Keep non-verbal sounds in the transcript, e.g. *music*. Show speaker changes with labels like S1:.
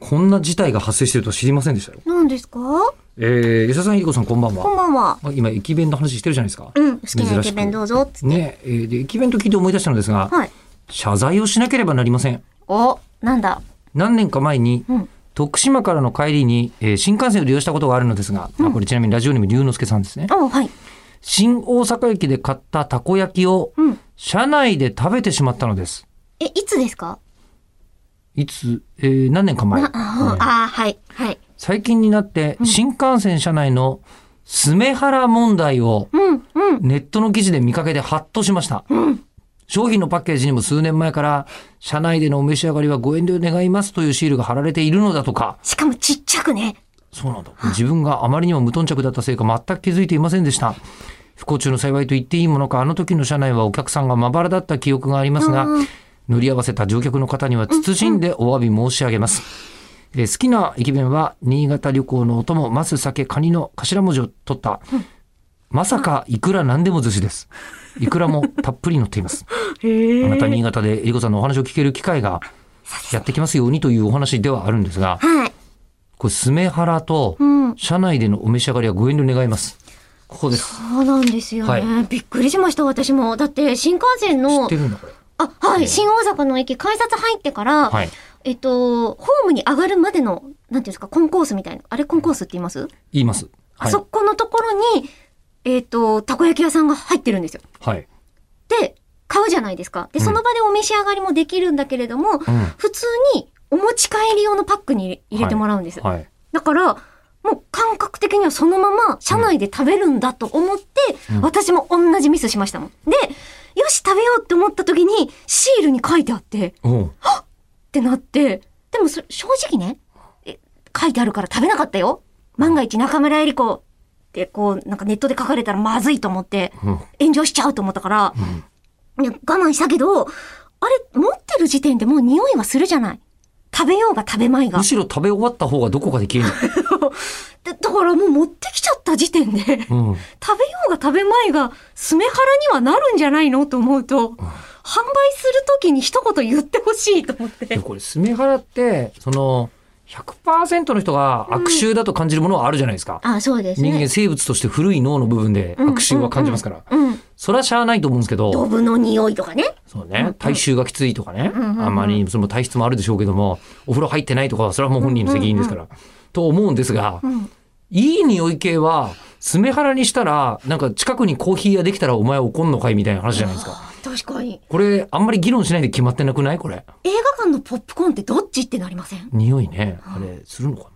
S1: こんな事態が発生してると知りませんでしたよ。
S2: 何ですかこ
S1: えー、吉田さん、ゆりこさん、こんばんは。
S2: んばんは。
S1: まあ今、駅弁の話してるじゃないですか。
S2: うん、好きなイケメンどうぞっつって。
S1: ね、えーで、駅弁と聞いて思い出したのですが、
S2: はい。
S1: 謝罪をしなければなりません。
S2: お、なんだ。
S1: 何年か前に、
S2: うん
S1: 徳島からの帰りに、えー新幹線を利用したことがあるのですが、あこれちなみにラジオネーム龍之介さんですね。
S2: お、はい。
S1: 新大阪駅で買ったたこ焼きを、
S2: うん。
S1: 車内で食べてしまったのです。
S2: え、いつですか
S1: いつ、えー何年か前。
S2: あ、ああ、はい。はい。
S1: 最近になって、新幹線車内のスメハラ問題を
S2: うん、うん。
S1: ネットの記事で見かけてハッとしました。商品のパッケージにも数年前から、車内でのお召し上がりはご遠慮願いますというシールが貼られているのだとか、
S2: しかもちっちゃくね。
S1: そうなんだ。自分があまりにも無頓着だったせいか全く気づいていませんでした。不幸中の幸いと言っていいものか、あの時の車内はお客さんがまばらだった記憶がありますが、
S2: うん
S1: 乗り合わせた乗客の方には慎んでお詫び申し上げます。えー好きな駅弁は、新潟旅行のお供、マス、酒、カニの頭文字を取った、まさかいくらなんでも寿司です。いくらもたっぷり乗ってい
S2: *laughs*
S1: ます。
S2: へ
S1: また新潟でえりこさんのお話を聞ける機会がやってきますようにというお話ではあるんですが、
S2: はい。
S1: これ、スメハラと、
S2: うん。
S1: 社内でのお召し上がりはご遠慮願います。ここです。
S2: そうなんですよね。
S1: は
S2: びっくりしました、私も。だって、新幹線
S1: 知っ
S2: の
S1: て、るんだ、これ。
S2: あ、はい、新大阪の駅、改札入ってから、
S1: はい。
S2: えっと、ホームに上がるまでの、なんていうんですか、コンコースみたいな。あれ、コンコースって言います
S1: 言います。
S2: あ
S1: はい
S2: そ。このところに、えっ、と、たこ焼き屋さんが入ってるんですよ。
S1: はい。
S2: で、買うじゃないですか。で、
S1: うん
S2: その場でお召し上がりもできるんだけれども、
S1: うん。
S2: 普通にお持ち帰り用のパックに入れ入れてもらうんです。
S1: はい。
S2: だから、もう感覚的にはそのまま車内で食べるんだと思って、
S1: うん
S2: 私も同じミスしましたもん。で、よし食べようって思った時にシールに書いてあって、
S1: おう
S2: ってなって、でもそ正直ね、え書いてあるから食べなかったよ。万が一中村えり子ってこう、なんかネットで書かれたらまずいと思って、
S1: うん。
S2: 炎上しちゃうと思ったから、
S1: うん。
S2: いや我慢したけど、あれ、持ってる時点でもう匂いはするじゃない。食べようが食べまいが
S1: む。しろ食べ終わった方がどこかで消える。
S2: でだからもう持ってきちゃった時点で、食べよ
S1: うん。
S2: うが食べまいが、スメハラにはなるんじゃないのと思うと、販売するときに一言言ってほしいと思っ
S1: で
S2: て
S1: も。これ、スメハラって、その、100%の人が悪臭だと感じるものはあるじゃないですか。
S2: あ、そうです
S1: 人間、生物として古い脳の部分で悪臭は感じますから。
S2: うん。
S1: それはしゃあないと思うんですけ
S2: ド
S1: ど、
S2: ブの匂いとかね。
S1: そう
S2: う
S1: ね
S2: ん、
S1: 体臭がきついとかね、
S2: うんうん
S1: あんまりその体質もあるでしょうけども、お風呂入ってないとかは、それはもう本人の責任ですから。と思うんですが、
S2: うん。
S1: いい匂い系は、スメハラにしたら、なんか近くにコーヒー屋できたらお前怒んのかいみたいな話じゃないですか。
S2: あ確かに。
S1: これ、あんまり議論しないで決まってなくないこれ。
S2: 映画館のポップコーンってどっちってなりません
S1: 匂いね。あれ、するのか